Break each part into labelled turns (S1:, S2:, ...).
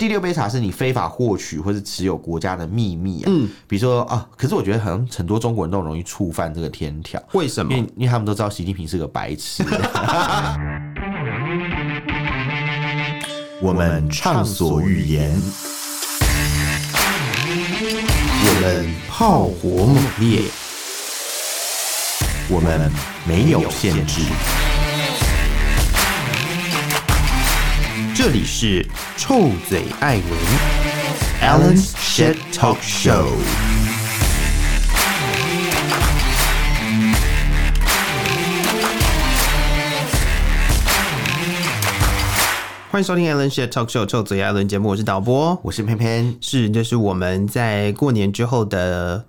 S1: 第六杯茶是你非法获取或是持有国家的秘密啊，比如说啊，可是我觉得好像很多中国人都容易触犯这个天条，
S2: 为什么
S1: 因？为因为他们都知道习近平是个白痴。
S3: 我们畅所欲言，我们炮火猛烈，我们没有限制。这里是臭嘴艾文 Alan's Shit Talk Show。
S2: 欢迎收听艾伦 s h Talk Show 臭嘴艾伦节目，我是导播。
S1: 我是偏偏
S2: 是，这是我们在过年之后的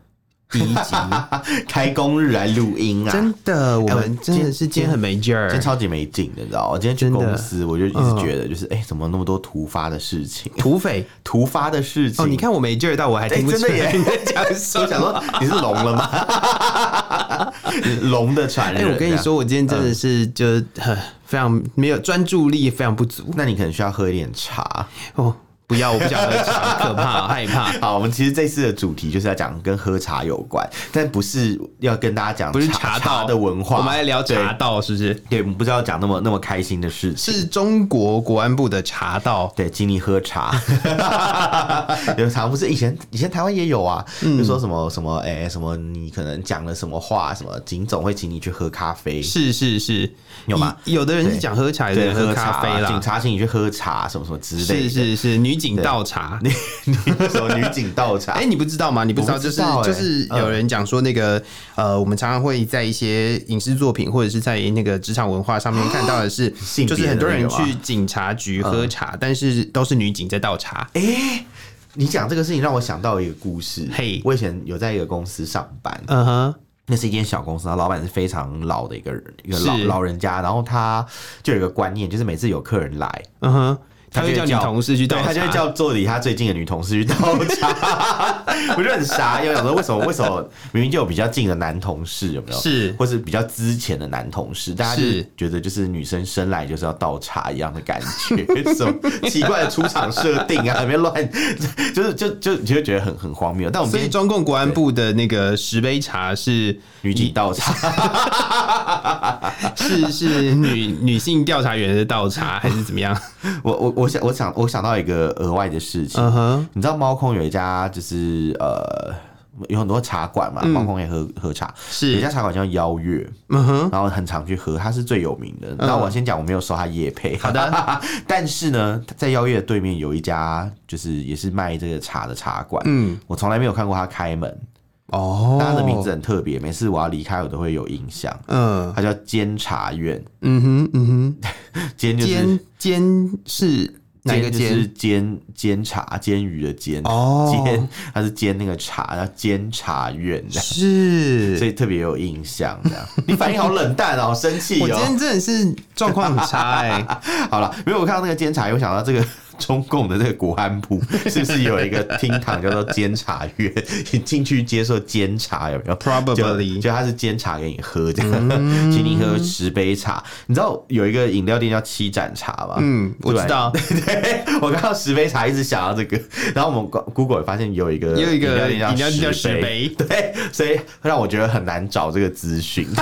S2: 第一 集，
S1: 开工日来录音啊，
S2: 真的，哎我
S1: 我
S2: 们真的是今天很没劲
S1: 今天
S2: 儿，
S1: 超级没劲的，你知道吗？今天去
S2: 真的
S1: 公司，我就一直觉得就是，哎、怎么那么多突发的事情？
S2: 土匪
S1: 突发的事情，
S2: 哦，你，看我没劲儿到我还听不
S1: 哎
S2: 出
S1: 真的
S2: 来
S1: 耶
S2: 你在 讲什么。
S1: 我想说 你是聋了吗？ 聋的传啊
S2: 哎，
S1: 人。
S2: 我跟你，说，我今天真的是就很非常没有专注力，非常不足
S1: 那你可能需要喝一点茶。
S2: 哦。不要，我不想喝 茶，可怕，害怕。
S1: 好，我们其实这次的主题就是要讲跟喝茶有关，但不是要跟大家讲
S2: 不是
S1: 茶
S2: 道
S1: 的文化。
S2: 我们来聊茶
S1: 对，
S2: 道，是不是？
S1: 对，我们不是要讲那么那么开心的事情。
S2: 是中国国安部的茶道，
S1: 对，请你喝 茶，有茶不是以前以前台湾也有啊，
S2: 嗯
S1: 就说什么什么哎、什么你可能讲了什么话，什么警总会请你去喝咖啡，
S2: 是是是，
S1: 有吗
S2: 以？有的人是讲喝茶，有的
S1: 对，
S2: 人
S1: 喝
S2: 咖
S1: 茶
S2: 啡啦
S1: 警。察请你去喝茶，什么什么之类的，
S2: 是是是，女警倒茶。
S1: 你什么女警倒茶，
S2: 哎，你不知道吗？你不知道，
S1: 我不
S2: 就是
S1: 知道
S2: 就
S1: 哎
S2: 是
S1: 嗯
S2: 有人讲说那个呃，我们常常会在一些影视作品或者是在那个职场文化上面看到的是，
S1: 性
S2: 就是
S1: 别
S2: 很
S1: 的
S2: 多
S1: 那
S2: 人
S1: 个吗嗯
S2: 去警察局喝茶，但是都是女警在倒茶。
S1: 哎、你讲这个事情让我想到一个故事。
S2: 嘿
S1: 我以前有在一个公司上班，
S2: 嗯哼，
S1: 那是一间小公司，然后老板是非常老的一个人，一个老
S2: 是
S1: 老人家，然后他就有一个观念，就是每次有客人来，
S2: 嗯哼，他
S1: 他就
S2: 会叫
S1: 会
S2: 你
S1: 叫
S2: 同事去倒
S1: 对，
S2: 茶，
S1: 他就会叫坐离他最近的女同事去倒茶， 我就很傻，因为想说为什么为什么明明就有比较近的男同事有没有？
S2: 是
S1: 或是比较之前的男同事，大家就是觉得就是女生生来就是要倒茶一样的感觉， 什么奇怪的出场设定啊，别乱，就是就就你就会觉得很很荒谬。但我们
S2: 所
S1: 今
S2: 以
S1: 天
S2: 中共国安部的那个十杯茶是
S1: 女警倒茶，
S2: 是是女 女性调查员的倒茶还是怎么样？
S1: 我我我想我想我想到一个额外的事情，
S2: 嗯哼，
S1: 你知道猫空有一家就是呃有很多茶馆嘛，猫空也喝喝茶，有一
S2: 嗯是
S1: 家茶馆叫邀月，
S2: 嗯哼，
S1: 然后很常去喝，它是最有名的。那我先讲，我没有收它夜配。
S2: 嗯好的，
S1: 但是呢，在邀月对面有一家，就是也是卖这个茶的茶馆。
S2: 嗯，
S1: 我从来没有看过它开门，
S2: 哦
S1: 但它的名字，很特别，每次我要离开我都会有印象。
S2: 嗯
S1: 它叫煎茶院，
S2: 嗯哼嗯
S1: 煎
S2: 哼，
S1: 就是
S2: 煎煎是哪一个
S1: 煎 就是
S2: 煎？
S1: 煎煎茶，煎鱼的煎。
S2: 哦
S1: 煎它是煎那个茶，叫煎茶院这样，所
S2: 是，
S1: 以特别有印象。这样，你反应好冷淡哦，好生气哦。
S2: 我今天真的是状况很差 哎，
S1: 好了，没有我看到那个监察，又想到这个 中共的这个国安部 是不是有一个厅堂叫做监察院？你进去接受监察有没有
S2: Probably
S1: 就就他是监察给你喝这样，
S2: 嗯
S1: 请你喝十杯茶。你知道有一个饮料店叫七盏茶吗？
S2: 嗯，我知 道，
S1: 对，我看到十杯茶一直想到这个，然后我们 Google 也发现有一个
S2: 有一
S1: 饮料
S2: 个
S1: 店
S2: 饮料店叫
S1: 十
S2: 十
S1: 杯。
S2: 杯，
S1: 对，所以让我觉得很难找这个资讯，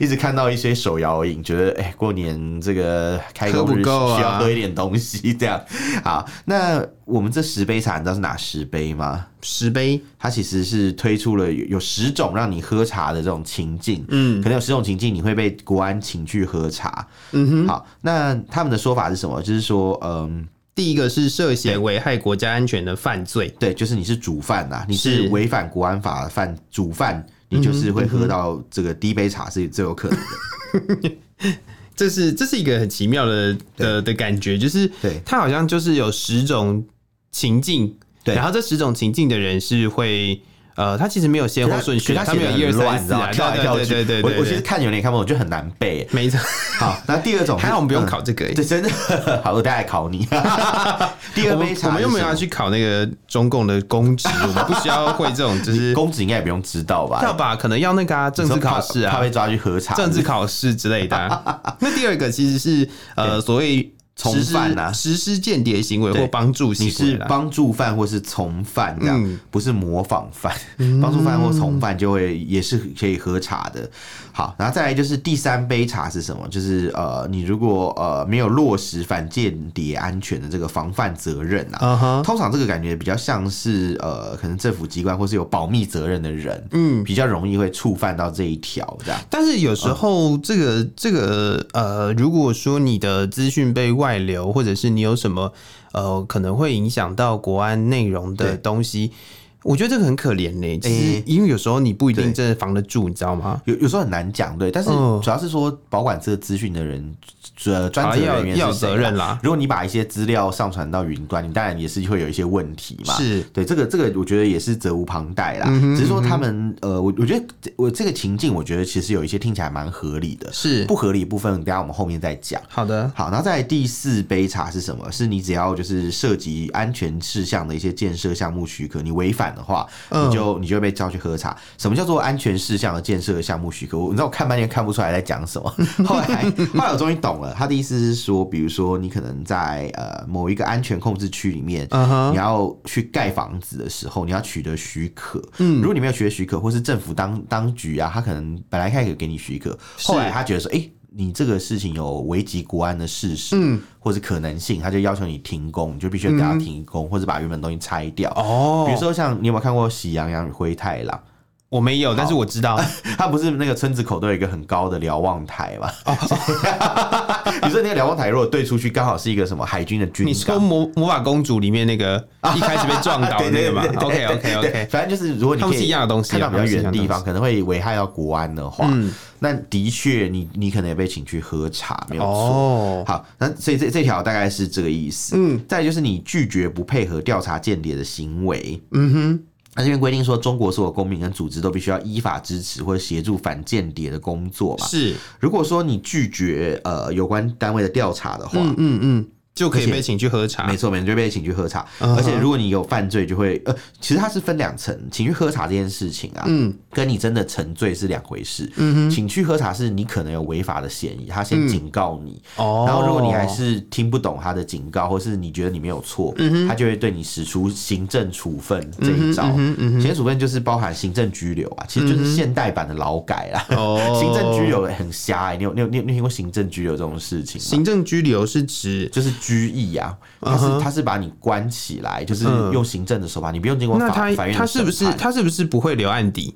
S1: 一直看到一些手摇饮，觉得哎、过年这个开
S2: 喝
S1: 工
S2: 不
S1: 日需
S2: 够啊
S1: 要喝一点东西，这样。好，那我们这十杯茶，你知道是哪十杯吗？
S2: 十杯，
S1: 它其实是推出了有有十种让你喝茶的这种情境，
S2: 嗯
S1: 可能有十种情境你会被国安请去喝茶。
S2: 嗯哼。
S1: 好，那他们的说法是什么？就是说，嗯，
S2: 第一个是涉嫌危害国家安全的犯罪，
S1: 对，就是你是主犯呐、你是
S2: 是
S1: 违反国安法的犯主犯，你就是会喝到这个第一杯茶是最有
S2: 嗯
S1: 可能的。
S2: 这是这是一个很奇妙的的的感觉，就是
S1: 对
S2: 它好像就是有十种情境，
S1: 对
S2: 然后这十种情境的人是会。呃，他其实没有先后顺序，
S1: 可是
S2: 他
S1: 它
S2: 没
S1: 写
S2: 有
S1: 得
S2: 一二
S1: 很乱，你
S2: 三四
S1: 知道
S2: 啊，
S1: 吗？跳来跳去，
S2: 对对对
S1: 我
S2: 对
S1: 我其
S2: 对
S1: 实
S2: 对，
S1: 看有点看不懂，我就很难 背。
S2: 没错，
S1: 好，那第二种
S2: 还好我们不用
S1: 嗯
S2: 考这个欸，
S1: 对，真的 好，我再来考你。 第二
S2: 我
S1: 杯
S2: 们
S1: 茶
S2: 我们又没有要
S1: 是什
S2: 去考那个中共的公职，我们不需要会这种，就
S1: 么
S2: 是
S1: 公子应该也不用知道吧？
S2: 要吧，可能要那个啊，政治考试
S1: 怕
S2: 啊
S1: 被，抓去喝茶，
S2: 政治考试之类的啊。那第二个其实是呃所谓
S1: 从犯啊，
S2: 实施实施间谍行为
S1: 对
S2: 或帮助行
S1: 你
S2: 为
S1: 是
S2: 啦，
S1: 帮助犯或是从犯这样，
S2: 嗯
S1: 不是模仿犯。 帮助犯或从犯就会也是可以喝茶的。好，然后再来就是第三杯茶是什么？就是呃，你如果呃没有落实反间谍安全的这个防范责任啊。
S2: 嗯哼，
S1: 通常这个感觉比较像是呃，可能政府机关或是有保密责任的人，
S2: 嗯。
S1: 比较容易会触犯到这一条，这样
S2: 但是有时候这个、这个呃，如果说你的资讯被外流，或者是你有什么呃，可能会影响到国安内容的
S1: 对
S2: 东西，我觉得这个很可怜呢、其实
S1: 诶
S2: 因为有时候你不一定
S1: 对
S2: 真的防得住，你知道吗？
S1: 有有时候很难讲，对。但是
S2: 嗯
S1: 主要是说保管这个资讯的人，呃，专
S2: 啊，
S1: 责
S2: 要
S1: 人员
S2: 要有
S1: 是谁啊
S2: 责任啦，
S1: 如果你把一些资料上传到云端，你当然也是会有一些问题嘛。
S2: 是嗯
S1: 对，这个这个我觉得也是责无旁贷啦。只是说他们呃，我我觉得这我这个情境，我觉得其实有一些听起来蛮合理的，
S2: 是
S1: 不合理部分，等一下我们后面再讲。
S2: 好的，
S1: 好，然后再来第四杯茶是什么？是你只要就是涉及安全事项的一些建设项目许可，你违反的话，
S2: 嗯
S1: 你就你就会被叫去喝茶。什么叫做安全事项的建设项目许可？我你知道我看半天看不出来在讲 什么，后来后来我终于懂了，他的意思是说，比如说你可能在呃某一个安全控制区里面，
S2: 嗯哼
S1: 你，要去盖房子的时候，你要取得许可。嗯，如果你没有取得许可，或是政府当当局啊，他可能本来开始给你许可，
S2: 是
S1: 后来他觉得说，诶，你这个事情有危及国安的事实，嗯，或是可能性，他就要求你停工，你就必须要给他停工，或者把原本的东西拆掉。
S2: 嗯哦，
S1: 比如说像你有没有看过《喜羊羊与灰太狼
S2: 我没有，但是我知道，》？
S1: 他不是那个村子口都有一个很高的瞭望台嘛？
S2: 哦
S1: 你说那个瞭望台如果对出去，刚好是一个什么海军的军
S2: 你
S1: 港
S2: 说魔魔法公主里面 那个一开始被撞倒的
S1: 对
S2: 那
S1: 对
S2: 个嘛
S1: 对
S2: ？OK
S1: 对
S2: OK
S1: 对
S2: OK，
S1: 反正就是如果你
S2: 他
S1: 可
S2: 们是
S1: 以
S2: 一样的东西啊
S1: 看到比较远的
S2: 他们
S1: 地
S2: 是一样的东
S1: 方，
S2: 西
S1: 可能会危害到国安的话，
S2: 嗯
S1: 那的确你你可能也被请去喝茶，没有错。
S2: 哦，
S1: 好，那所以这这条大概是这个意思。
S2: 嗯，
S1: 再来就是你拒绝不配合调查间谍的行为，
S2: 嗯哼，
S1: 那这边规定说，中国所有公民跟组织都必须要依法支持或者协助反间谍的工作嘛。
S2: 是，
S1: 如果说你拒绝呃有关单位的调查的话，
S2: 嗯嗯嗯，就可以
S1: 而且
S2: 被请去喝茶
S1: 没，错，没错，就被请去喝茶。
S2: 嗯哼
S1: 而且如果你有犯罪，就会呃，其实它是分两层，请去喝茶这件事情啊，
S2: 嗯
S1: 跟你真的沉醉是两回事。
S2: 嗯哼，嗯
S1: 请去喝茶是你可能有违法的嫌疑，他先警告你，
S2: 哦，
S1: 然后如果你还是听不懂他的警告，或是你觉得你没有错，
S2: 哦
S1: 他就会对你使出行政处分这一招。
S2: 嗯嗯哼嗯哼嗯哼嗯
S1: 行政处分就是包含行政拘留啊，其实就是现代版的劳改啦。
S2: 哦
S1: 行政拘，留很瞎、欸，你有你有你有你有听过行政拘留这种事情吗？
S2: 行政拘留是指
S1: 就是拘役啊，他是、他是把你关起来，就是
S2: 嗯
S1: 用行政的手法，你不用经过
S2: 那
S1: 法
S2: 他
S1: 法院的
S2: 他是不
S1: 审
S2: 是
S1: 判
S2: 他是不是不会留案底，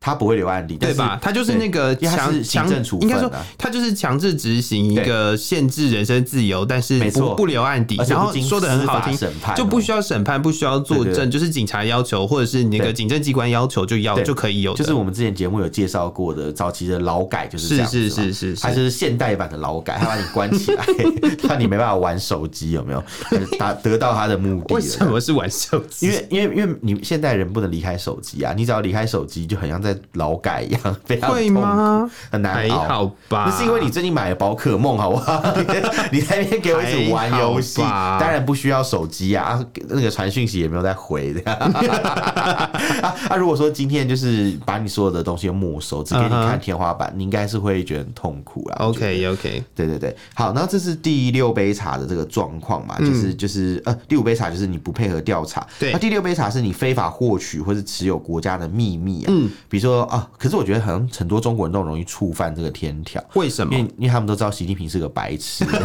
S1: 他不会留案底，
S2: 对吧？他就是那个
S1: 因为他
S2: 强
S1: 是行政
S2: 强
S1: 处，
S2: 应
S1: 分
S2: 该说
S1: 啊，
S2: 他就是强制执行一个限制人身自由，但是
S1: 没
S2: 不
S1: 错
S2: 不留案底，
S1: 而且
S2: 然
S1: 不
S2: 后
S1: 经
S2: 说的很好
S1: 司法
S2: 听，
S1: 审判
S2: 就不
S1: 哦
S2: 需要审判，不需要作
S1: 对对
S2: 证，就是警察要求或者是你那个
S1: 对
S2: 警政机关要求就要
S1: 对
S2: 就可以有的，
S1: 就是我们之前节目有介绍过的，早期的劳改就是这样子
S2: 是
S1: 嘛，
S2: 是是是
S1: 它就是现代版的劳改，他把你关起 来，让你没办法玩手机，有没有？达得到他的目的
S2: 为
S1: 了。
S2: 什么是玩手机？
S1: 因为因为因为你现代人不能离开手机啊，你只要离开手机，就很像在劳改一样， 非常
S2: 会
S1: 痛苦
S2: 吗？
S1: 很难
S2: 还
S1: 熬。
S2: 好吧，
S1: 那是因为你最近买了宝可梦，好不 好？你在那边给我一直玩游戏，
S2: 还好吧
S1: 当然不需要手机啊，啊那个传讯息也没有在回 的。啊啊！如果说今天就是把你所有的东西都没收，只给你
S2: 嗯
S1: 看
S2: 哼
S1: 天花板，你应该是会觉得很痛苦啊。
S2: OK OK，
S1: 对对对，好，那这是第六杯茶的这个状况嘛，就是、就是呃，第五杯茶就是你不配合调查，
S2: 嗯对
S1: 那第六杯茶是你非法获取或是持有国家的秘密啊，嗯，比如说啊，可是我觉得好像很多中国人都很容易触犯这个天条，
S2: 为什么啊
S1: 因？为因为他们都知道习近平是个白 痴，
S2: 这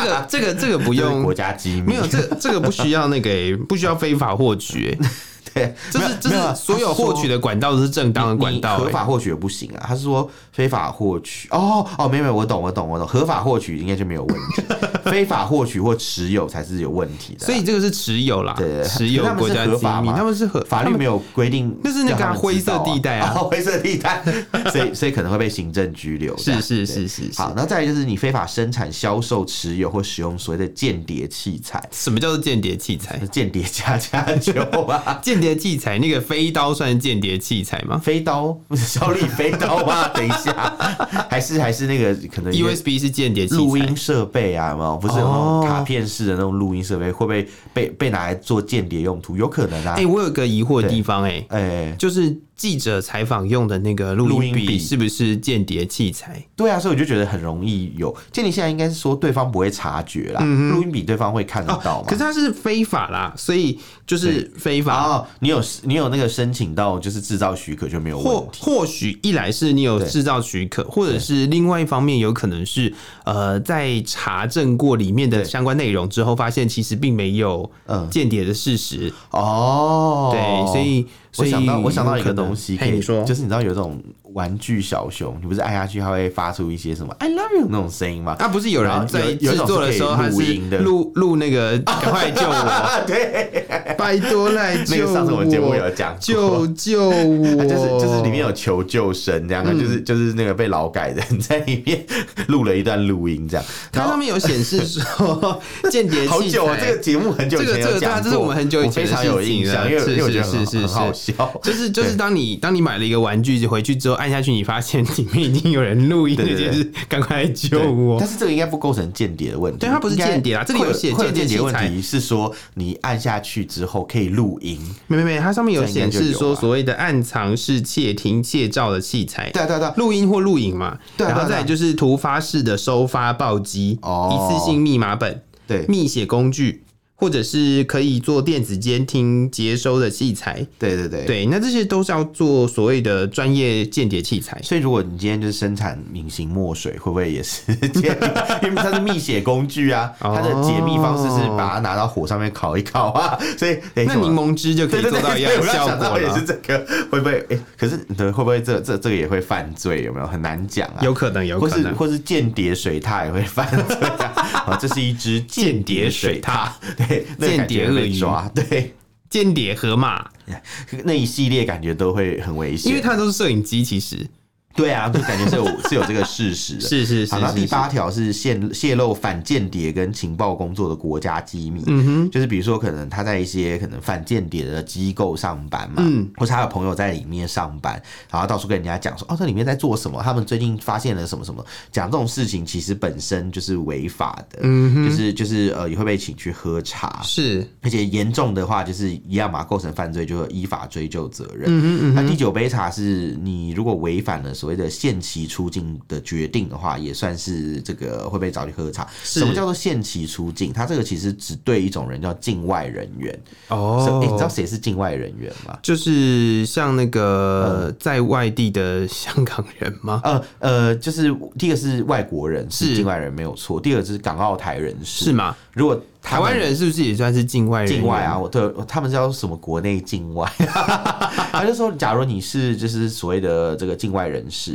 S2: 个这个这个不
S1: 不
S2: 用
S1: 啊国家机密，
S2: 没有，这个这个不需要那个 欸、不需要非法获取、欸，
S1: 对，
S2: 这
S1: 没
S2: 是
S1: 有
S2: 这
S1: 没有啊
S2: 是所有
S1: 他是
S2: 获
S1: 说
S2: 取的管道都是正当的管道、
S1: 你
S2: 欸
S1: 合法获取也不行啊。他是说非法获取，哦哦，没有没有，我懂我懂我懂，合法获取应该就没有问 题，非法获取或持有才是有问题的啊、
S2: 所以这个是持有啦，
S1: 对对对
S2: 持有
S1: 可是他们
S2: 国
S1: 是
S2: 家机
S1: 合法
S2: 密，
S1: 吗
S2: 他们是合
S1: 法律没
S2: 有
S1: 有规定
S2: 那
S1: 让他
S2: 是
S1: 们知道啊，
S2: 那个啊灰色地带啊
S1: 哦灰色地带，所以所以可能会被行政拘留。这
S2: 是
S1: 样
S2: 是。是
S1: 对
S2: 是是，
S1: 好，那再来就是你非法生产、销售、持有或使用所谓的间谍器材，
S2: 什么叫做间谍器材？，
S1: 间谍加加酒啊
S2: 间谍器材那个飞刀算是间谍器材吗
S1: 飞刀， 不是小李飞刀 吗？等一下，还是还是那个可能有
S2: ？USB 是间谍器
S1: 录
S2: 材
S1: 音，设备啊，有没有？不是有那
S2: 哦
S1: 种卡片式的那种录音设备，会不会被被拿来做间谍用途？有可能啊
S2: 哎、。我有个疑惑的地方、欸，哎、
S1: 哎，
S2: 就是记者采访用的那个录
S1: 录
S2: 音
S1: 音
S2: 笔
S1: 笔
S2: 是不是间谍器材？
S1: 对啊，所以我就觉得很容易有间谍。现在应该是说对方不会察觉啦，录、音笔对方会看得到嘛。
S2: 可是它是非法啦，所以就是非法。
S1: 哦，你有你有那个申请到就是制造许可就没有
S2: 或
S1: 问题。
S2: 或许一来是你有
S1: 对
S2: 制造许可，或者是另外一方面有可能是呃，在查证过里面的
S1: 对
S2: 相关内容之后，发现其实并没有
S1: 嗯
S2: 间谍的事实。
S1: 哦，
S2: 对，所以
S1: 我
S2: 所以
S1: 想到我想到
S2: 有
S1: 一
S2: 可
S1: 个
S2: 能
S1: 东西，可
S2: 嘿，
S1: 以
S2: 你说
S1: 就是你知道有一种玩具小熊，你不是按下去它会发出一些什么 “I love you” 那种声音 吗？
S2: 啊，不是有
S1: 然
S2: 人
S1: 后有
S2: 在
S1: 有
S2: 制
S1: 一种
S2: 作的
S1: 是可以
S2: 时候，他
S1: 录
S2: 是
S1: 音的
S2: 录录那个，赶快救我，
S1: 啊， 对，
S2: 拜托来
S1: 那
S2: 救
S1: 个上次我们节目有
S2: 我，
S1: 讲过，
S2: 救救我！ 嗯
S1: 它啊就是就是里面有求救声这样，啊就是就是那个被劳改的人在里面录了一段录音这样，
S2: 它
S1: 然后
S2: 上面有显示 说间谍器材
S1: 好久哦，这个节目很久以
S2: 这个
S1: 前
S2: 这
S1: 有
S2: 个对啊，
S1: 讲
S2: 这是我
S1: 过
S2: 们很久以前
S1: 我非
S2: 的
S1: 常有
S2: 事
S1: 印
S2: 情
S1: 象，
S2: 了，
S1: 因为因为我觉
S2: 是
S1: 得很
S2: 是是
S1: 很好
S2: 是。
S1: 笑。
S2: 就是就是，当你当你买了一个玩具回去之后，按下去，你发现里面已经有人录音了，
S1: 对
S2: 就
S1: 对对
S2: 是赶快来救
S1: 对
S2: 我
S1: 但！是这个应该不构成间谍的问题，
S2: 对它不是
S1: 应该
S2: 间谍啦这里有
S1: 会
S2: 写
S1: 会有
S2: 间谍
S1: 间谍问
S2: 器材
S1: 题是说你按下去之后可以录音，
S2: 没没没，它上面有
S1: 这应
S2: 显
S1: 该就有
S2: 示说
S1: 吧
S2: 所谓的暗藏式窃听窃照的器材，
S1: 对啊对啊对啊，
S2: 录音或录影嘛，
S1: 对啊
S2: 然后
S1: 对啊
S2: 再来就是突发式的收发报机、
S1: 哦
S2: 一次性密码本、
S1: 对
S2: 密写工具，或者是可以做电子监听接收的器材。
S1: 对对对。
S2: 对，那这些都是要做所谓的专业间谍器材。
S1: 所以，如果你今天就是生产隐形墨水，会不会也是 间谍？因为它是密写工具啊，
S2: 哦
S1: 它的解密方式是把它拿到火上面烤一烤 啊，所以等于
S2: 那
S1: 什么
S2: 柠檬汁就可 以
S1: 对对
S2: 做
S1: 对，
S2: 到一
S1: 对
S2: 样的
S1: 我刚
S2: 效
S1: 想
S2: 果啊
S1: 到也是
S2: 了，
S1: 这个，会不会？哎、可是对，会不会这这这个也会犯罪？有没有很难讲啊？
S2: 有可能，有
S1: 或
S2: 可
S1: 是
S2: 能。
S1: 或是间谍水獭也会犯罪 啊！啊，这是一只间谍水獭，对，那个感觉会被抓，对，
S2: 间谍河马，
S1: 那一系列感觉都会很危险，
S2: 因为它都是摄影机，其实
S1: 对啊，就感觉是有 是有这个事实的。
S2: 是是是
S1: 好，然后
S2: 是
S1: 第
S2: 是
S1: 八条是泄泄露反间谍跟情报工作的国家机密，
S2: 嗯哼，
S1: 就是比如说可能他在一些可能反间谍的机构上班嘛，
S2: 嗯
S1: 或是他的朋友在里面上班，然后到处跟人家讲说哦，这里面在做什么，他们最近发现了什么什么，讲这种事情其实本身就是违法的，
S2: 嗯哼
S1: 就是就是呃也会被请去喝茶，
S2: 是
S1: 而且严重的话就是一样嘛，构成犯罪就会依法追究责任。
S2: 嗯哼嗯
S1: 那第九杯茶是你如果违反了所谓的限期出境的决定的话，也算是这个会被找去喝茶。
S2: 是
S1: 什么叫做限期出境？它这个其实只对一种人叫境外人员。
S2: 哦
S1: 诶你知道谁是境外人员吗？
S2: 就是像那个
S1: 嗯
S2: 在外地的香港人吗？
S1: 呃呃，就是第一个是外国人
S2: 是
S1: 是境外人没有错，第二个是港澳台人士
S2: 是吗？
S1: 如果他
S2: 台
S1: 们
S2: 湾人是不是也算是境外人员？
S1: 境外啊，我对他们叫什么国内境外， 他就说，假如你是就是所谓的这个境外人士，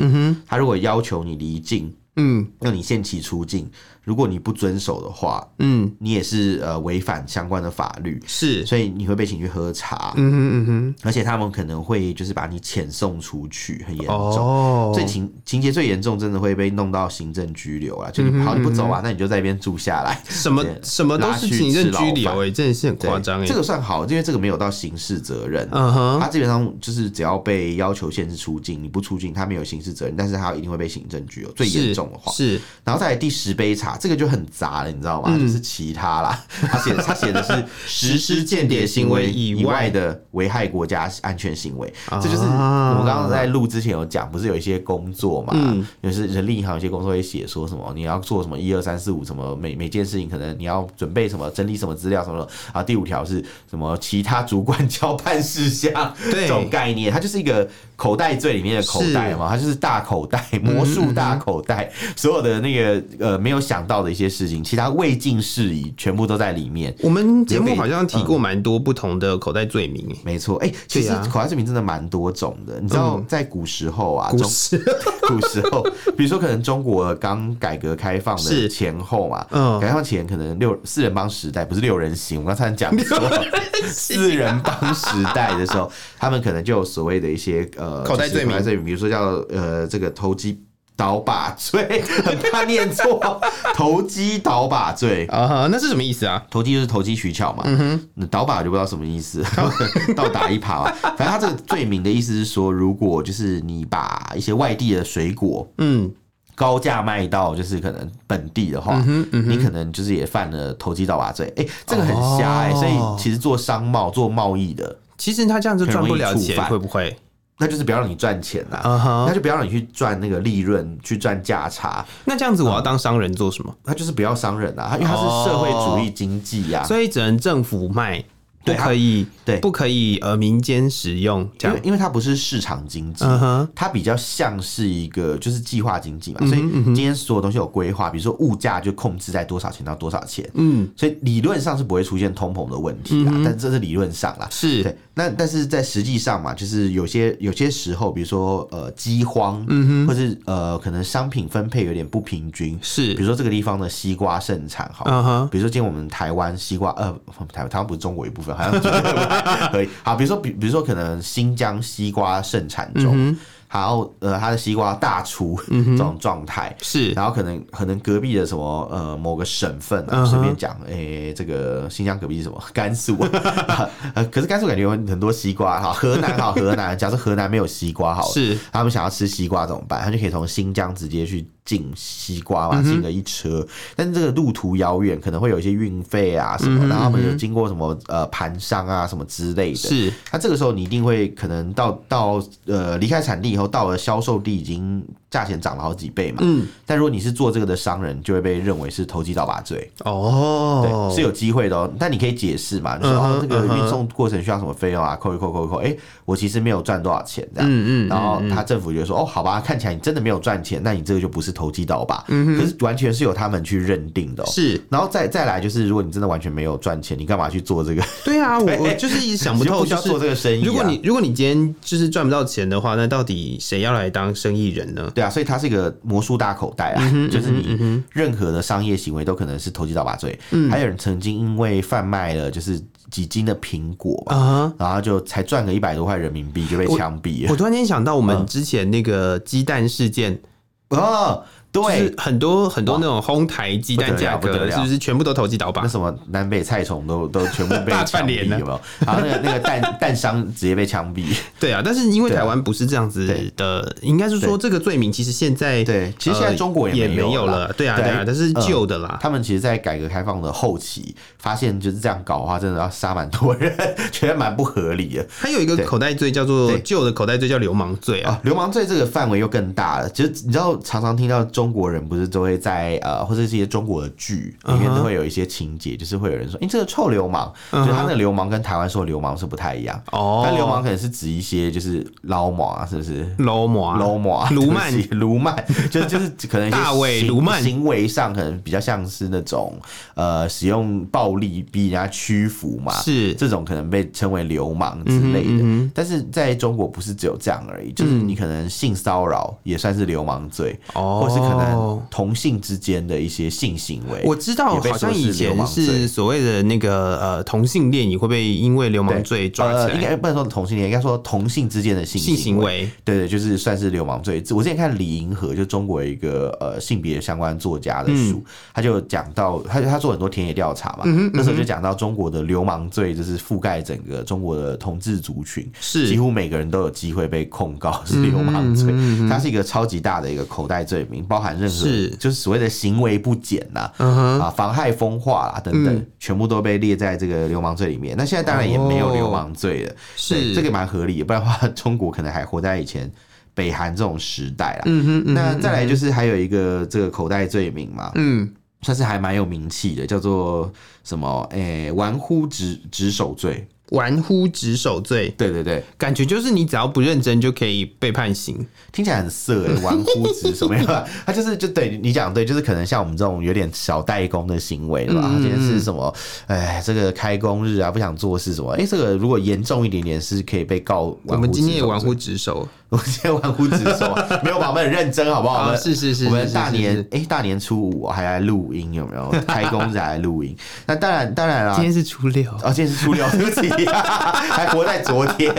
S1: 他如果要求你离境。
S2: 嗯
S1: 那你限期出境，如果你不遵守的话，
S2: 嗯，
S1: 你也是呃违反相关的法律，
S2: 是，
S1: 所以你会被请去喝茶，
S2: 嗯哼嗯哼，
S1: 而且他们可能会就是把你遣送出去，很严重。
S2: 哦，
S1: 最情情节最严重，真的会被弄到行政拘留啊！就你
S2: 嗯
S1: 好，你不走啊，那你就在那边住下来。
S2: 什么
S1: 对
S2: 什么都
S1: 拉
S2: 是
S1: 去
S2: 行政
S1: 吃牢
S2: 拘留，
S1: 饭
S2: 哎，真的是很
S1: 对
S2: 夸张哎
S1: 这。个算好，因为这个没有到刑事责任。啊
S2: 嗯哼，
S1: 他基本上就是只要被要求限制出境，你不出境，他没有刑事责任，但是他一定会被行政拘留。最严
S2: 是
S1: 重的话，
S2: 是
S1: 然后再来第十杯茶，这个就很杂了，你知道吗？就是其他啦，他写他写的 是实施间谍行为以外啊的危害国家安全行为，这就是我们刚刚在录之前有讲，不是有一些工作嘛，
S2: 嗯
S1: 就是人力银行有些工作会写说什么你要做什么一二三四五什么每每件事情可能你要准备什么整理什么资料什么的，然后第五条是什么其他主管 交办事项这
S2: 对
S1: 种概念，它就是一个口袋最里面的口袋
S2: 是
S1: 嘛。
S2: 嗯
S1: 嘛，它就是大口袋， 魔术大口袋，所有的那个呃没有想到的一些事情，其他未尽事宜全部都在里面。
S2: 我们节目好像提
S1: 嗯
S2: 过蛮多不同的口袋罪名哎。
S1: 没错，哎、其实
S2: 对啊嗯
S1: 口袋罪名真的蛮多种的。你知道，在古时候啊，
S2: 股
S1: 中
S2: 市
S1: 古时候， 比如说可能中国刚改革开放
S2: 是
S1: 的前后嘛，
S2: 嗯
S1: 改革开放前可能六四人帮时代不是六人行，我刚才讲错了，四 人
S2: 啊
S1: 帮时代的时候，他们可能就有所谓的一些呃
S2: 口袋罪名
S1: 就是口袋罪名，比如说叫呃这个投机。倒把罪，很怕念错， 投机倒把罪，
S2: 啊哈，那是什么意思啊？
S1: 投机就是投机取巧嘛，
S2: 嗯
S1: 那倒把我就不知道什么意思， 倒打一耙嘛。反正他这个罪名的意思是说，如果就是你把一些外地的水果
S2: 嗯，
S1: 高价卖到就是可能本地的话，
S2: 嗯
S1: 你可能就是也犯了投机倒把罪。哎、这个很瞎哎、
S2: 哦
S1: 所以其实做商贸、做贸易的，
S2: 其实他这样就赚不了
S1: 很容易触
S2: 钱，
S1: 犯
S2: 会不会？
S1: 那就是不要让你赚钱啦、
S2: 啊哈
S1: 那就不要让你去赚那个利润，去赚价差，
S2: 那这样子我要当商人做什么？
S1: 他就是不要伤人啊，它因为它是社会主义经济啊呀、
S2: 所以只能政府卖，
S1: 嗯
S2: 不
S1: 对它
S2: 可以
S1: 对
S2: 不可以呃民间使用这
S1: 因
S2: 样
S1: 为。因为它不是市场经济
S2: 嗯哼，
S1: 它比较像是一个就是计划经济嘛，所以今天所有东西有规划，比如说物价就控制在多少钱到多少钱，嗯，所以理论上是不会出现通膨的问题啦，但这是理论上啦，
S2: 是
S1: 对，那但是在实际上嘛，就是有些有些时候，比如说呃饥荒，嗯哼，或是呃可能商品分配有点不平均，比如
S2: 是，
S1: 说这个地方的西瓜盛产好了，
S2: 嗯哼，
S1: 比如说今天我们台湾西瓜，呃，不台台湾不是中国一部分，好像 可以。好，比如说比比如说可能新疆西瓜盛产中，
S2: 嗯
S1: 然后呃它的西瓜大出这种状态。
S2: 是
S1: 然后可能可能隔壁的什么呃某个省份啊，
S2: 嗯哼
S1: 随便讲，诶、这个新疆隔壁是什么？ 甘肃啊， 呃，可是甘肃感觉有很多西瓜哈。河南好，河南，假设河南没有西瓜好了，
S2: 是，
S1: 他们想要吃西瓜怎么办？他就可以从新疆直接去进西瓜
S2: 嗯
S1: 嘛，进了一车。但是这个路途遥远，可能会有一些运费啊
S2: 嗯
S1: 什么，然后他们有经过什么呃盘商啊什么之类的。
S2: 是，
S1: 那这个时候你一定会可能到到呃离开产地以后，到了销售地已经价钱涨了好几倍嘛。
S2: 嗯，
S1: 但如果你是做这个的商人，就会被认为是投机倒把罪。
S2: 哦，
S1: 对，是有机会的哦。但你可以解释嘛，就说、
S2: 嗯哼
S1: 哦，这个
S2: 嗯哼
S1: 运送过程需要什么费用啊？扣一扣，扣一扣，哎、我其实没有赚多少钱这样。
S2: 嗯嗯
S1: 然后他政府就说，哦，好吧，看起来你真的没有赚钱，那你这个就不是投机倒把，可是完全是由他们去认定的、哦。
S2: 嗯是，
S1: 然后再再来就是，如果你真的完全没有赚钱，你干嘛去做这个？
S2: 对啊，我我就是一直想不
S1: 你就
S2: 透，
S1: 需
S2: 就
S1: 要
S2: 是
S1: 做这个生意、啊。
S2: 如果你如果你今天就是赚不到钱的话，那到底谁要来当生意人呢？
S1: 对啊，所以它是一个魔术大口
S2: 嗯
S1: 袋啊，就是你任何的商业行为都可能是投机倒把罪。
S2: 嗯
S1: 还有人曾经因为贩卖了就是几斤的苹果吧，
S2: 啊，
S1: 然后就才赚个一百多块人民币就被枪毙
S2: 我
S1: 了。
S2: 突然间想到我们
S1: 嗯
S2: 之前那个鸡蛋事件，
S1: 哦，
S2: 就
S1: 对
S2: 是，很多很多那种哄抬鸡蛋价
S1: 不得
S2: 格，
S1: 了
S2: 是不是嗯全部都投机倒
S1: 那
S2: 把？
S1: 什么南北菜虫 都都全部被
S2: 大
S1: 枪
S2: 翻
S1: 毙，
S2: 脸了
S1: 有没有？然后那个那个 蛋蛋商直接被枪毙。
S2: 对啊，但是因为
S1: 对啊
S2: 台湾不是这样子的，应该是说这个罪名其实现在
S1: 对其实现在
S2: 呃
S1: 中国也
S2: 也
S1: 没有
S2: 有
S1: 啦
S2: 了，对啊
S1: 对
S2: 对啊，但是
S1: 嗯
S2: 旧的啦，
S1: 他们其实，在改革开放的后期，发现就是这样搞的话，真的要杀蛮多人， 觉得蛮不合理的。
S2: 还有一个
S1: 对
S2: 口袋罪叫做
S1: 对
S2: 旧的口袋罪叫流氓罪啊，
S1: 啊，流氓罪这个范围又更大了。其实你知道，常常听到中国人不是都会在呃，或者是一些中国的剧里面
S2: 嗯哼
S1: 都会有一些情节就是会有人说，哎、这个臭流氓，就是他那个流氓跟台湾说的流氓是不太一样。
S2: 哦，
S1: 但流氓可能是指一些就是捞毛啊，是不是？
S2: 流氓
S1: 鲁曼、
S2: 卢曼
S1: 对不起、卢曼，就是就是可能一些
S2: 大卫
S1: 行
S2: 卢曼
S1: 行为上可能比较像是那种呃使用暴力逼人家屈服嘛，
S2: 是
S1: 这种可能被称为流氓之类的。
S2: 嗯哼嗯
S1: 但是在中国不是只有这样而已，就是你可能性骚扰也算是流氓罪，
S2: 哦
S1: 或是可能同性之间的一些性行为，
S2: 我知道，
S1: 哎也被
S2: 好
S1: 说
S2: 像以
S1: 是流
S2: 前
S1: 氓
S2: 是
S1: 罪
S2: 所谓的那个呃同性恋，也会被因为流氓
S1: 对
S2: 罪抓
S1: 呃
S2: 起
S1: 应
S2: 来呃
S1: 该不能说同性恋，应该说同性之间的性
S2: 性行
S1: 为。
S2: 为。
S1: 对对，就是算是流氓罪。我之前看李银河，就中国一个呃性别相关作家的书，
S2: 嗯
S1: 他就讲到他他做很多田野调查嘛，那时
S2: 嗯
S1: 候就讲到中国的流氓罪，就是覆盖整个中国的同志族群，
S2: 是嗯
S1: 几乎每个人都有机会被控告是流氓罪，它是一个超级大的一个口袋罪名，包含任何
S2: 是
S1: 就是所谓的行为不检呐、
S2: 嗯哼，嗯
S1: 啊，妨害风化啦等等，全部都被列在这个流氓罪里面。那现在当然也没
S2: 哦
S1: 有流氓罪了，对
S2: 是
S1: 这个蛮合理的，不然的话，中国可能还活在以前北韩这种时代啦。
S2: 嗯哼，嗯
S1: 那
S2: 哼
S1: 再来就是还有一个这个口袋罪名嘛，
S2: 嗯，
S1: 算是还蛮有名气的，叫做什么？诶、玩忽职职守罪。
S2: 玩忽职守罪，
S1: 对对对，
S2: 感觉就是你只要不认真就可以被判刑。
S1: 听起来很色 诶、玩忽职守，没有啦，他就是就对你讲得对，就是可能像我们这种有点小代工的行为对吧？
S2: 嗯
S1: 今天是什么？哎，这个开工日啊，不想做事什么？哎、这个如果严重一点点是可以被告
S2: 我
S1: 玩忽职守罪。
S2: 们今天也玩忽职守
S1: 我们今天玩忽职守，啊没有吧？我们很认真，好不好？我
S2: 啊，
S1: 们
S2: 是是是，
S1: 我
S2: 是
S1: 们
S2: 是
S1: 大
S2: 是
S1: 年
S2: 是
S1: 哎、大年初五还来录音，有没 有？开工才来录音。那当然，当然啦
S2: 今。天是初六，
S1: 哦，今天是初六，对不起，还活在昨天。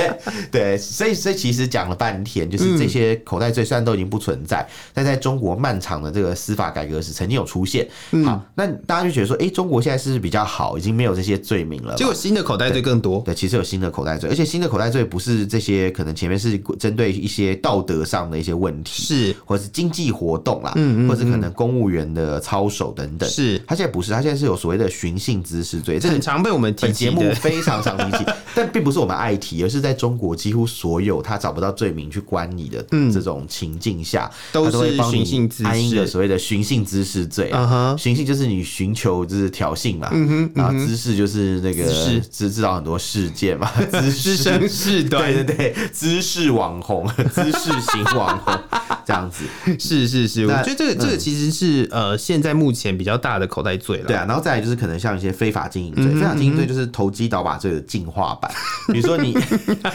S1: 对，所以所以其实讲了半天，就是
S2: 嗯
S1: 这些口袋罪虽然都已经不存在，但在中国漫长的这个司法改革时曾经有出现。
S2: 嗯
S1: 好，那大家就觉得说，哎、中国现在是不是比较好，已经没有这些罪名了嘛？
S2: 结果新的口袋罪更多。
S1: 对，其实有新的口袋罪，而且新的口袋罪不是这些，可能前面是针对一些道德上的一些问题，
S2: 是
S1: 或者是经济活动啦，
S2: 嗯嗯
S1: 或者是可能公务员的操守等等。
S2: 是，
S1: 他现在不是，他现在是有所谓的寻衅滋事罪，这个
S2: 很常被我们提
S1: 本
S2: 及
S1: 节目
S2: 的
S1: 非常常提起，但并不是我们爱提，而是在中国几乎所有他找不到罪名去关你的这种情境下，
S2: 嗯都
S1: 他都会
S2: 是
S1: 帮你
S2: 寻衅滋
S1: 安一
S2: 事
S1: 个所谓的寻衅滋事罪啊。
S2: 嗯哼嗯
S1: 寻衅就是你寻求就是挑衅嘛，然后滋事就是那个
S2: 滋事
S1: 知知道很多事件 嘛，滋事
S2: 是生是短，
S1: 对对对，姿势网红，姿势型网红这样子，
S2: 是是是，我
S1: 那嗯
S2: 觉得这个这个其实是呃，现在目前比较大的口袋罪了。
S1: 对啊，然后再来就是可能像一些非法经营
S2: 嗯
S1: 罪，非法经营罪就是投机倒把罪的进化版。 比如说你，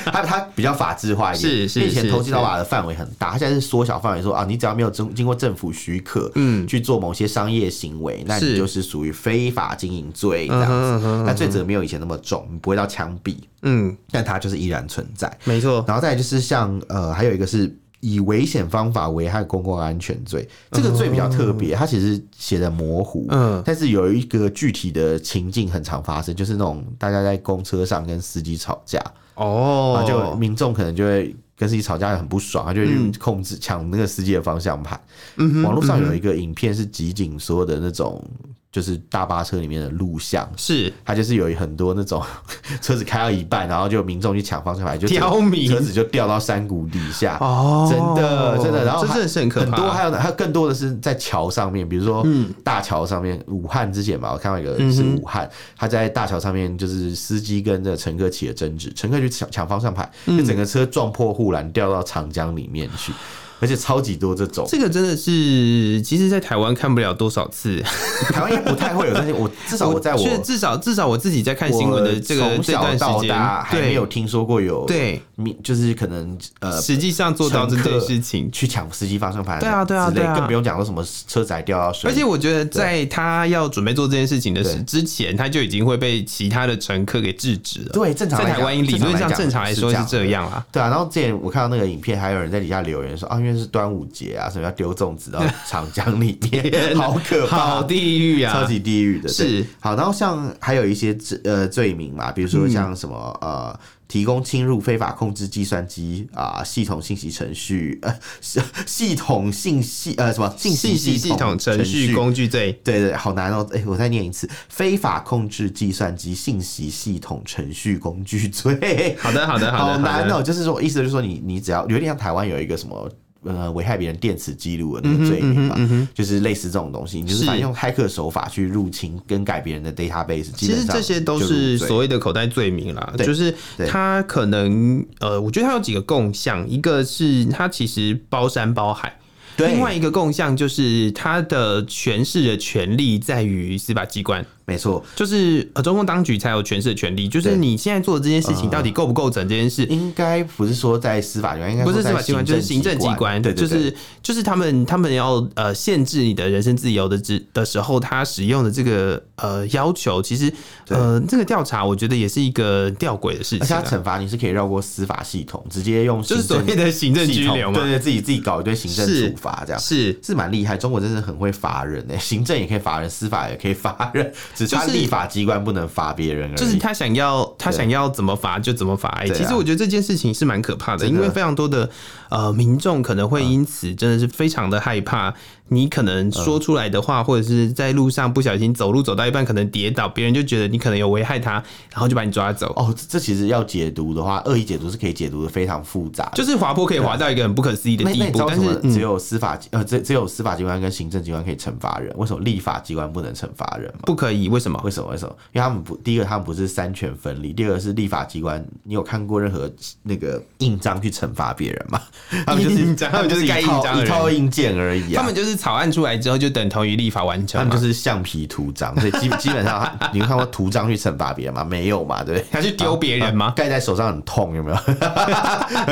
S1: 它它比较法制化一点，
S2: 是是
S1: 因为以前
S2: 是
S1: 投机倒把的范围很大，它现在是缩小范围，说啊，你只要没有经经过政府许可，嗯，去做某些商业行为，那
S2: 是
S1: 你就是属于非法经营罪这样
S2: 嗯哼
S1: 子。
S2: 嗯
S1: 那罪责没有以前那么重，你不会到枪毙，
S2: 嗯，
S1: 但它就是依然存在。
S2: 没错，
S1: 然后再来就是像呃，还有一个是以危险方法危害公共安全罪，这个罪比较特别，它其实写的模糊，
S2: 哦嗯
S1: 但是有一个具体的情境很常发生，就是那种大家在公车上跟司机吵架，然
S2: 哦，
S1: 后就民众可能就会。跟司机吵架很不爽，他就会
S2: 嗯
S1: 去控制抢那个司机的方向盘。网络上有一个影片是集锦所有的那种，就是大巴车里面的录像，
S2: 是
S1: 它就是有很多那种 车子开到一半，然后就有民众去抢方向盘，就
S2: 刁民
S1: 车子就掉到山谷底下。
S2: 哦
S1: 真的，哦真的，然后
S2: 这
S1: 还
S2: 真的是很可怕，啊嗯
S1: 很多还有还有更多的是在桥上面，比如说大桥上面，武汉之前吧，我看到一个是武汉，他在大桥上面就是司机跟这个乘客起了争执，乘客去抢抢方向盘，
S2: 嗯
S1: 就整个车撞破护栏掉到长江里面去，而且超级多这种，
S2: 这个真的是，其实，在台湾看不了多少次。
S1: 台湾也不太会有，但是我至少我在我
S2: 确至少至少我自己在看新闻的这
S1: 我
S2: 个
S1: 从
S2: 这
S1: 小
S2: 段
S1: 到
S2: 时间
S1: 大，还没有
S2: 对
S1: 听说过有
S2: 对，
S1: 民，就是可能呃
S2: 实际上做到这件事情。
S1: 去抢司机方向盘，
S2: 对啊对啊
S1: 之类
S2: 对啊
S1: 更不用讲说什么车子还掉到水
S2: 而
S1: 里，
S2: 且我觉得，在他要准备做这件事情的时
S1: 对
S2: 之前，他就已经会被其他的乘客给制止了。
S1: 对正常
S2: 在
S1: 来
S2: 台湾
S1: 讲
S2: 理论上
S1: 正
S2: 正
S1: 常
S2: 常
S1: 来
S2: 来
S1: 讲
S2: 说
S1: 是
S2: 是
S1: 这
S2: 这样啦。
S1: 对啊，然后之前我看到那个影片，还有人在底下留言说啊，因为是端午节啊，所以要丢粽子 到长江里面，好可怕，
S2: 好地狱啊！
S1: 超级地狱的。对
S2: 是
S1: 好，然后像还有一些罪呃罪名嘛，比如
S2: 嗯
S1: 说像什么、呃。提供侵入、非法控制计算机啊、系统信息程序、呃、系系统信息呃什么信息
S2: 信
S1: 系
S2: 息系统程序工具罪。
S1: 对对，好难哦！哎、我再念一次：非法控制计算机信息系统程序工具罪。
S2: 好的， 好的，的，
S1: 好
S2: 好
S1: 难
S2: 的
S1: 哦！就是说，意思就是说你，你只要有点像台湾有一个什么。呃，危害别人电磁记录的那个罪名嘛，
S2: 嗯
S1: 就是类似这种东西，你就是
S2: 是
S1: 反正用骇客手法去入侵、更改别人的 database，基
S2: 其
S1: 本
S2: 实
S1: 上
S2: 这些都
S1: 就入
S2: 是
S1: 罪
S2: 所谓的口袋罪名啦，
S1: 对
S2: 就是
S1: 对
S2: 它可能呃，我觉得它有几个共项，一个是它其实包山包海，
S1: 对
S2: 另外一个共项就是它的诠释的权利在于司法机关，
S1: 没错，
S2: 就是呃中共当局才有诠释的权利，就是
S1: 对嗯
S2: 你现在做的这件事情到底构不构成这件事，
S1: 应该不是说在司法机关，应该
S2: 不
S1: 说
S2: 是司
S1: 在
S2: 法机关，就是行政机关，
S1: 对对对，
S2: 就是就是他们他们要呃限制你的人身自由的之的时候，他使用的这个呃要求，其实呃这个调查，我觉得也是一个吊诡的事
S1: 而且
S2: 情、
S1: 他
S2: 啊，
S1: 惩罚你是可以绕过司法系统，直接用
S2: 就
S1: 行
S2: 是所
S1: 政
S2: 谓的行政
S1: 系
S2: 拘
S1: 统
S2: 留
S1: 对
S2: 嘛，
S1: 对，自己自己搞一堆行政
S2: 是
S1: 处罚这样。
S2: 是。
S1: 是蛮厉害，中国真的很会罚人诶、行政也可以罚人，司法也可以罚 人，只差
S2: 就是
S1: 立法机关不能罚别人而已。
S2: 就是他想要，他想要怎么罚就怎么罚、哎
S1: 对啊
S2: 其实我觉得这件事情是蛮可怕的，
S1: 真的
S2: 因为非常多的呃民众可能会因此真的是非常的害怕，你可能说出来的话，或者是在路上不小心走路走到一半可能跌倒，别人就觉得你可能有危害他，然后就把你抓走。
S1: 哦，这这其实要解读的话，恶意解读是可以解读的非常复杂的。
S2: 就是滑坡可以滑到一个很不可思议的
S1: 那那
S2: 地
S1: 你知
S2: 步，
S1: 道为
S2: 但
S1: 什么
S2: 是、嗯
S1: 只有司法机、呃，只只有司法机关跟行政机关可以惩罚人，为什么立法机关不能惩罚人吗？
S2: 不可以，为什么？
S1: 啊为什么？为什么？因为他们不，第一个他们不是三权分立，第二个是立法机关。你有看过任何那个印章去惩罚别人吗？ 他们就是
S2: 印章
S1: 他们就是
S2: 他们就是盖
S1: 一套
S2: 印章的
S1: 一
S2: 人
S1: 套印件而已啊。
S2: 他们就是草案出来之后就等同于立法完成
S1: 他
S2: 嘛，
S1: 们就是橡皮图章，所以基基本上他你有看过图章去惩罚别人吗？没有嘛，对不对？
S2: 他去丢别人吗？
S1: 盖在手上很痛，有没 有？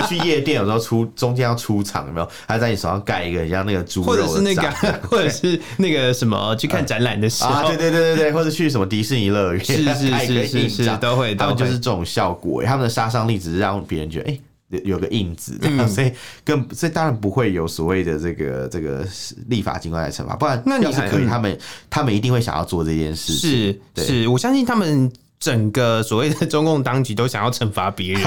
S1: 去夜店有时候出中间要出场，有没有？他在你手上盖一个很像那个猪肉
S2: 或
S1: 的
S2: 者是那个
S1: 章，
S2: 或者是那个什么去看展览的时候，
S1: 啊，对对对对对，或者去什么迪士尼 乐园，
S2: 是 是
S1: 盖一个
S2: 是是
S1: 印
S2: 是
S1: 章
S2: 都会
S1: 他们
S2: 都
S1: 就
S2: 会
S1: 是这种效果，欸他们的杀伤力只是让别人觉得哎。有有个印子，这
S2: 嗯
S1: 样所以更所以当然不会有所谓的这个这个立法机关来惩罚，不然
S2: 那你
S1: 要是
S2: 还
S1: 可以，
S2: 嗯
S1: 他们他们一定会想要做这件事情。
S2: 是
S1: 对
S2: 是，我相信他们。整个所谓的中 共当局都想要惩罚别人，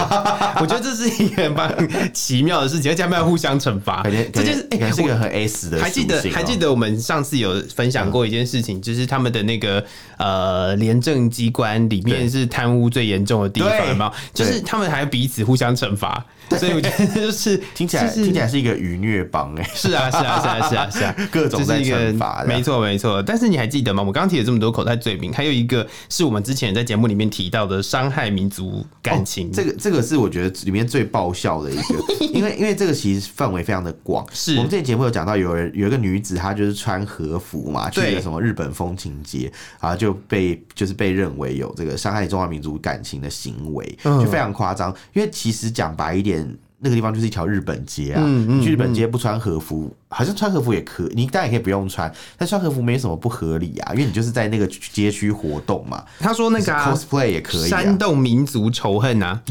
S2: 我觉得这是一个很蛮奇妙的事情，而且他们要互相惩罚
S1: 感觉，
S2: 这
S1: 感
S2: 就
S1: 觉
S2: 是
S1: 感
S2: 哎、
S1: 觉是一
S2: 我
S1: 个很 S 的
S2: 还记得
S1: 属性哦
S2: 还记得我们上次有分享过一件事情，就是他们的那个呃廉政机关里面
S1: 对
S2: 是贪污最严重的地方，
S1: 对
S2: 有没有？就是
S1: 对
S2: 他们还彼此互相惩罚，所以我觉得就是
S1: 听起来
S2: 就是
S1: 听起来是一个愚虐帮哎，
S2: 是啊，是啊，是啊，是啊，是啊，
S1: 各种在
S2: 这是一个
S1: 惩罚的
S2: 没错，没错。但是你还记得吗？我们刚刚提了这么多口袋罪名，还有一个是我们之前在节目里面提到的伤害民族感情。
S1: 这个这个是我觉得里面最爆笑的一 个，因为因为这个其实范围非常的广。
S2: 是
S1: 我们之前节目有讲到，有人有一个女子，她就是穿和服嘛，去
S2: 对
S1: 了什么日本风情节，然后就被就是被认为有这个伤害中华民族感情的行为，
S2: 嗯
S1: 就非常夸张。因为其实讲白一点。那个地方就是一条日本街啊，
S2: 嗯嗯
S1: 你去日本街不穿和服，好像穿和服也可，你当然也可以不用穿，但穿和服没什么不合理啊，因为你就是在那个街区活动嘛、
S2: 他说那个、啊、
S1: ，cosplay 也可以、啊。
S2: 煽动民族仇恨啊，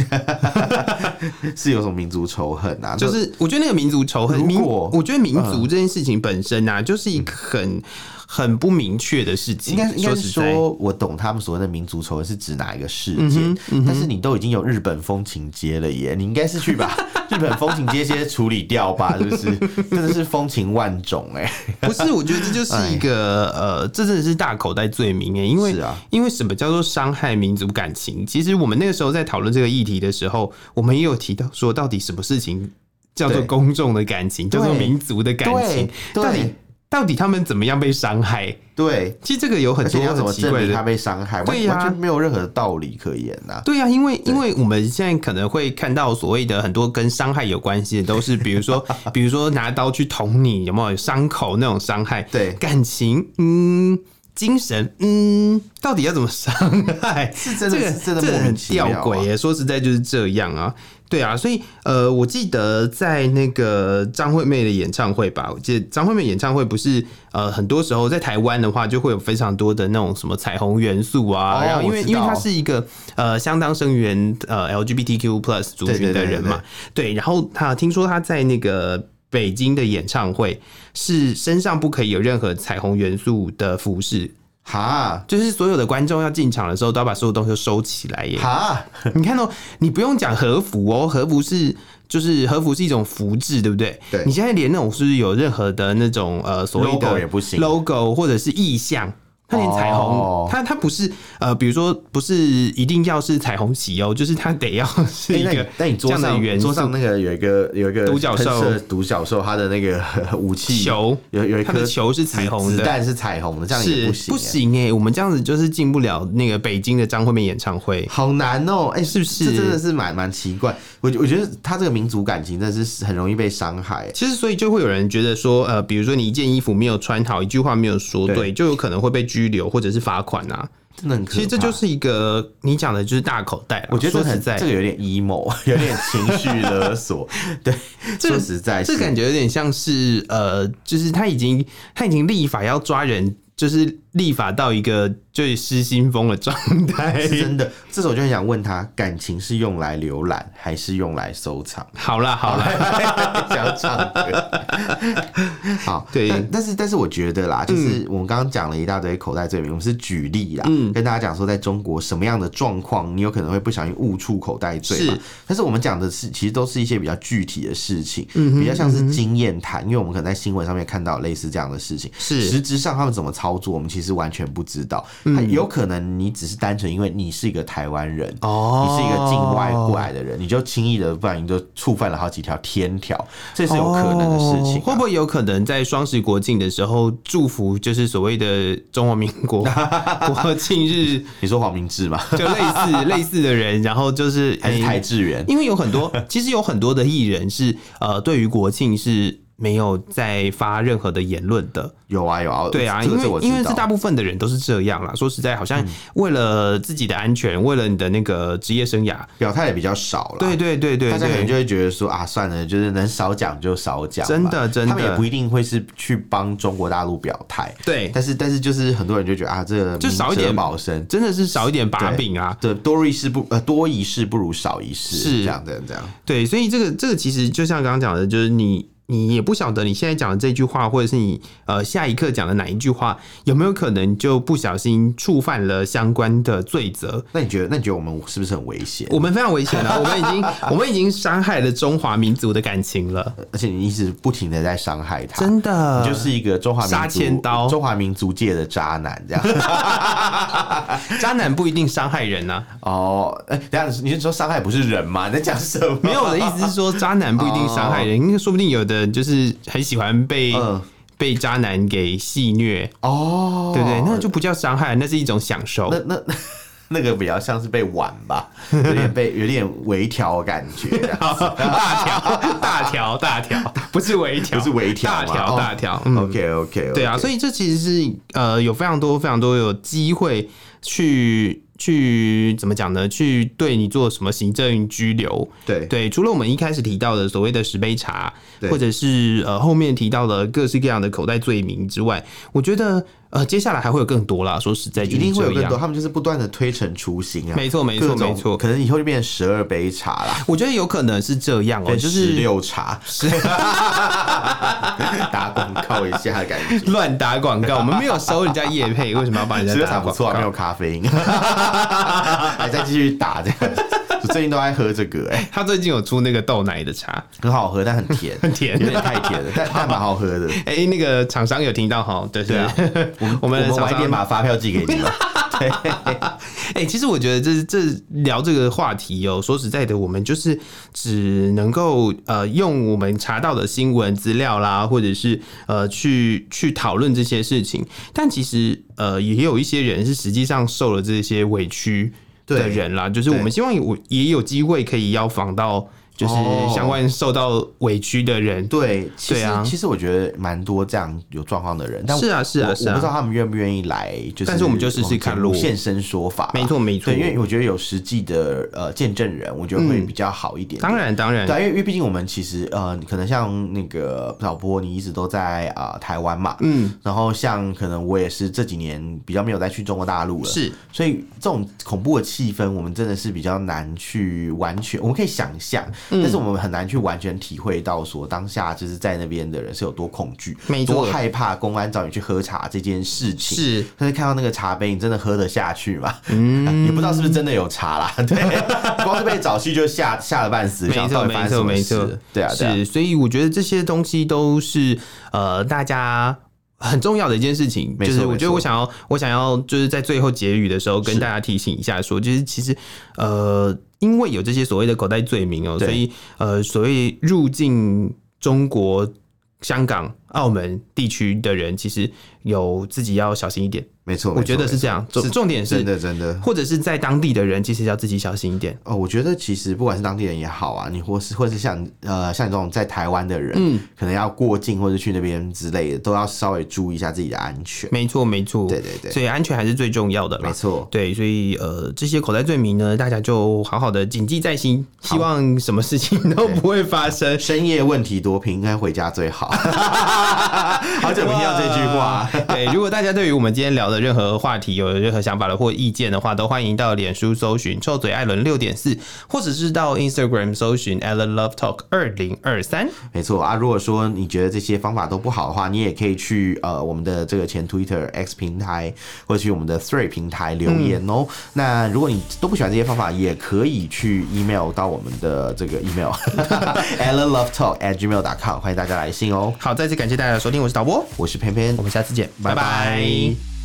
S1: 是有什么民族仇恨啊？
S2: 就
S1: 那
S2: 是我觉得那个民族仇恨，
S1: 如
S2: 民
S1: 果
S2: 我觉得民族这件事情本身啊，就是一个很很不明确的事情。
S1: 应该应该是
S2: 实在，
S1: 说，我懂他们所谓的民族仇恨是指哪一个事
S2: 嗯
S1: 件，但是你都已经有日本风情街了耶，你应该是去 把日本风情街先处理掉吧，是不是？真的是风情万种哎、
S2: 不是，我觉得这就是一 个呃，这真的是大口袋罪名诶，因为
S1: 是啊
S2: 因为什么叫做伤害民族感情？其实我们那个时候在讨论这个议题的时候，我们也有提到说，到底什么事情叫做
S1: 对
S2: 公众的感情，叫做
S1: 对
S2: 民族的感情，
S1: 对对
S2: 到底到底他们怎么样被伤害？
S1: 对，
S2: 其实这个有很
S1: 而且
S2: 多
S1: 你要怎么
S2: 很奇
S1: 证
S2: 怪
S1: 明
S2: 的
S1: 他被伤害？完
S2: 对啊呀
S1: 完全没有任何道理可言呐、
S2: 对啊，因为因为我们现在可能会看到所谓的很多跟伤害有关系的，都是比 如说比如说拿刀去捅你，有没有伤口那种伤害？
S1: 对
S2: 感情，嗯。精神，嗯，到底要怎么伤害？
S1: 是真的
S2: 这个
S1: 是真的
S2: 这个
S1: 莫名
S2: 很
S1: 其妙
S2: 吊
S1: 啊
S2: 诡耶。说实在就是这样啊，对啊，所以呃，我记得在那个张惠妹的演唱会吧，我记得张惠妹演唱会不是呃，很多时候在台湾的话，就会有非常多的那种什么彩虹元素啊，
S1: 哦
S2: 然后因为
S1: 我知
S2: 因
S1: 道
S2: 为它是一个呃相当声援呃 LGBTQ plus 族群的人嘛，对，然后他听说他在那个。北京的演唱会是身上不可以有任何彩虹元素的服饰，
S1: 哈
S2: 就是所有的观众要进场的时候都要把所有东西都收起来耶。
S1: 哈，
S2: 你看哦，你不用讲和服哦，和服是就是和服是一种服制，对不对？
S1: 对
S2: 你现在连那种是不是有任何的那种呃所谓的
S1: Logo 也不行
S2: logo 或者是意象。它连彩虹
S1: 哦，
S2: 它它不是呃，比如说不是一定要是彩虹旗哦，就是它得要是
S1: 哎
S2: 一
S1: 那
S2: 个
S1: 你那你
S2: 这
S1: 桌
S2: 样的元
S1: 上
S2: 素
S1: 桌上那个有一个有一个
S2: 独角兽
S1: 喷射独角兽，它的那个武器
S2: 球
S1: 有有一
S2: 它
S1: 颗
S2: 的球是彩虹的
S1: 子弹是彩虹的，这样
S2: 是
S1: 也不行、啊欸
S2: 不行哎、我们这样子就是进不了那个北京的张惠妹演唱会。
S1: 好难哦、哎、
S2: 是不是
S1: 这真的是蛮蛮奇怪，我我觉得他这个民族感情真的是很容易被伤害。
S2: 其实，所以就会有人觉得说，呃，比如说你一件衣服没有穿好，一句话没有说对，
S1: 对
S2: 就有可能会被拘留或者是罚款啊。
S1: 真的很可怕。
S2: 其实这就是一个你讲的，就是大口袋啦。
S1: 我觉得这
S2: 说实
S1: 很
S2: 在，
S1: 这个有点 emo，有 点情绪勒索。 对，
S2: 这
S1: 说实在是，
S2: 这感觉有点像是呃，就是他已经他已经立法要抓人，就是立法到一个最失心疯的状态。
S1: 是真的。 这时候我就很想问他，感情是用来浏览还是用来收藏？
S2: 好啦好啦，
S1: 想唱歌。好，
S2: 对嗯
S1: 但但是但是我觉得啦，就是我们刚刚讲了一大堆口袋罪名，我们是举例啦，
S2: 嗯
S1: 跟大家讲说，在中国什么样的状况，你有可能会不小心误触口袋罪嘛
S2: 是。
S1: 但是我们讲的是，其实都是一些比较具体的事情，
S2: 嗯
S1: 比较像是经验谈，因为我们可能在新闻上面看到类似这样的事情，
S2: 是
S1: 实质上他们怎么操作，我们其实完全不知道。
S2: 嗯
S1: 有可能你只是单纯因为你是一个台湾人，
S2: 哦
S1: 你是一个境外过来的人，你就轻易的，不然你就触犯了好几条天条，这是有可能的事情啊、
S2: 哦会不会有可能在双十国庆的时候祝福，就是所谓的中华民国 国庆日，
S1: 你说黄明志吗？
S2: 就类 似类似的人，然后就是
S1: 还是台
S2: 哎
S1: 志远？
S2: 因为有很多，其实有很多的艺人是呃，对于国庆是没有在发任何的言论的。
S1: 有啊有啊，
S2: 对啊，
S1: 这
S2: 因
S1: 个这我
S2: 为因为
S1: 知
S2: 是
S1: 道
S2: 大部分的人都是这样啦。说实在，好像
S1: 嗯
S2: 为了自己的安全，为了你的那个职业生涯，
S1: 表态也比较少了。
S2: 对对对对
S1: 大家可能就
S2: 对，
S1: 会觉得说啊，算了，就是能少讲就少讲吧。
S2: 真的真的
S1: 他们也不一定会是去帮中国大陆表态。
S2: 对
S1: 但是但是就是很多人就觉得啊，这个
S2: 就少
S1: 明
S2: 一
S1: 哲
S2: 点
S1: 保身，
S2: 真的是少一点把柄啊。
S1: 对，多一事不呃多一事不如少一事，
S2: 是
S1: 这样这样这样。
S2: 对，所以这个这个其实就像刚刚讲的，就是你你也不晓得你现在讲的这句话，或者是你呃下一刻讲的哪一句话，有没有可能就不小心触犯了相关的罪责？
S1: 那你觉得，那你觉得我们是不是很危险？
S2: 我们非常危险啊了，我们已经我们已经伤害了中华民族的感情了，
S1: 而且你一直不停的在伤害他，
S2: 真的。
S1: 你就是一个中华民族
S2: 杀千刀
S1: 中华民族界的渣男这样。
S2: 渣男不一定伤害人啊呐、
S1: 哦，哎、等一下你是说伤害不是人吗？你在讲什么？
S2: 没有我的意思是说，渣男不一定伤害人，因为说不定有的人就是很喜欢被、
S1: 嗯
S2: 被渣男给戏虐，
S1: 哦，
S2: 对不对？那就不叫伤害，那是一种享受。
S1: 那那 那个比较像是被玩 吧，有点被有点微调的感觉这 样子。
S2: 大条，大条，大条，不是微调，
S1: 不是微调
S2: 大
S1: 吗
S2: 条，
S1: 哦
S2: 大条。嗯，
S1: OK OK，
S2: 对啊，所以这其实是呃，有非常多、非常多有机会去去怎么讲呢？去对你做什么行政拘留。
S1: 对
S2: 对，除了我们一开始提到的所谓的十杯茶，
S1: 对
S2: 或者是呃后面提到的各式各样的口袋罪名之外，我觉得呃接下来还会有更多啦。说实在，
S1: 一定会有更多，
S2: 样。
S1: 他们就是不断的推陈出新啊。
S2: 没错，没
S1: 各
S2: 错，
S1: 种
S2: 没错。
S1: 可能以后就变成十二杯茶啦，
S2: 我觉得有可能是这样哦、
S1: 十
S2: 就是
S1: 六 茶，打广告一下的感觉。
S2: 乱打广告，我们没有收人家业配，为什么要帮人
S1: 十
S2: 家
S1: 六
S2: 打
S1: 茶不
S2: 广
S1: 错、啊，没有
S2: 告？
S1: 咖啡因， 还在继续打这样。 我最近都爱喝这个、哎，
S2: 他最近有出那个豆奶的茶，
S1: 很好喝，但很甜，
S2: 很甜
S1: 有点太甜了，但但蛮好喝的。
S2: 哎、那个厂商有听到哈，对
S1: 对
S2: 对
S1: 啊，
S2: 我们
S1: 我
S2: 的
S1: 们
S2: 厂
S1: 晚一
S2: 商
S1: 点把发票寄给你 们。
S2: 哎、其实我觉得这这聊这个话题哦、说实在的，我们就是只能够呃用我们查到的新闻资料啦，或者是呃去去讨论这些事情。但其实呃也有一些人是实际上受了这些委屈的
S1: 对
S2: 人啦，就是我们
S1: 对
S2: 希望有也有机会可以邀访到。就是
S1: 哦
S2: 相关受到委屈的人，
S1: 对，其
S2: 对
S1: 实、
S2: 啊
S1: 其实我觉得蛮多这样有状况的人，但
S2: 是啊是啊
S1: 我
S2: 是啊
S1: 我不知道他们愿不愿意来，就是
S2: 但是我们就试试看咯
S1: 我们现身说法，
S2: 没错没错
S1: 对，因为我觉得有实际的呃见证人，我觉得
S2: 嗯
S1: 会比较好一点点
S2: 当然当然
S1: 对，啊，因为因为毕竟我们其实呃，可能像那个老波，你一直都在啊、呃台湾嘛，嗯，然后像可能我也是这几年比较没有再去中国大陆了，
S2: 是，
S1: 所以这种恐怖的气氛，我们真的是比较难去完全，我们可以想象，
S2: 嗯
S1: 但是我们很难去完全体会到说当下就是在那边的人是有多恐惧，
S2: 没错
S1: 多害怕公安找你去喝茶这件事情，
S2: 是
S1: 但是看到那个茶杯，你真的喝得下去吗？嗯，也不知道是不是真的有茶啦。对，光是被找去就吓吓了半死，
S2: 没
S1: 想到底
S2: 错，没
S1: 发生什
S2: 错，
S1: 么
S2: 没
S1: 事
S2: 错，
S1: 对啊，对啊，
S2: 是，所以我觉得这些东西都是呃，大家。很重要的一件事情，
S1: 没
S2: 就
S1: 错
S2: 是我
S1: 没
S2: 觉得我
S1: 错
S2: 想要，我想要就是在最后结语的时候跟
S1: 是
S2: 大家提醒一下说就是其实呃，因为有这些所谓的口袋罪名哦、
S1: 对
S2: 所以呃，所谓入境中国、香港、澳门地区的人，其实有自己要小心一点。
S1: 没错，
S2: 我觉得
S1: 没错
S2: 是这样，重重点
S1: 真
S2: 是，
S1: 的真的。
S2: 或者是在当地的人，其实要自己小心一点。
S1: 哦，我觉得其实不管是当地人也好啊，你或是或是像呃像你这种在台湾的人，嗯，可能要过境或者去那边之类的，都要稍微注意一下自己的安全。
S2: 没错，没错，
S1: 对对对
S2: 所以安全还是最重要的啦
S1: 没。错，
S2: 对，所以呃，这些口袋罪名呢，大家就好好的谨记在心，希望什么事情都不会发生。
S1: 深夜问题多平安回家最好。好久没听到这句话。
S2: 哇。对，如果大家对于我们今天聊的任何话题有任何想法的或意见的话，都欢迎到脸书搜寻“臭嘴艾伦六点四”，或者是到 Instagram 搜寻 “Allen Love Talk 二零二三
S1: 没错啊，如果说你觉得这些方法都不好的话，你也可以去呃我们的这个前 Twitter X 平台，或者去我们的 Three 平台留言哦。那如果你都不喜欢这些方法，也可以去 email 到我们的这个 email allenlovetalk at gmail dot com，欢迎大家来信哦”。。
S2: 好，再次感谢大家的收听，我是导播，
S1: 我是偏偏，
S2: 我们下次见，
S1: 拜
S2: 拜
S1: 拜
S2: 拜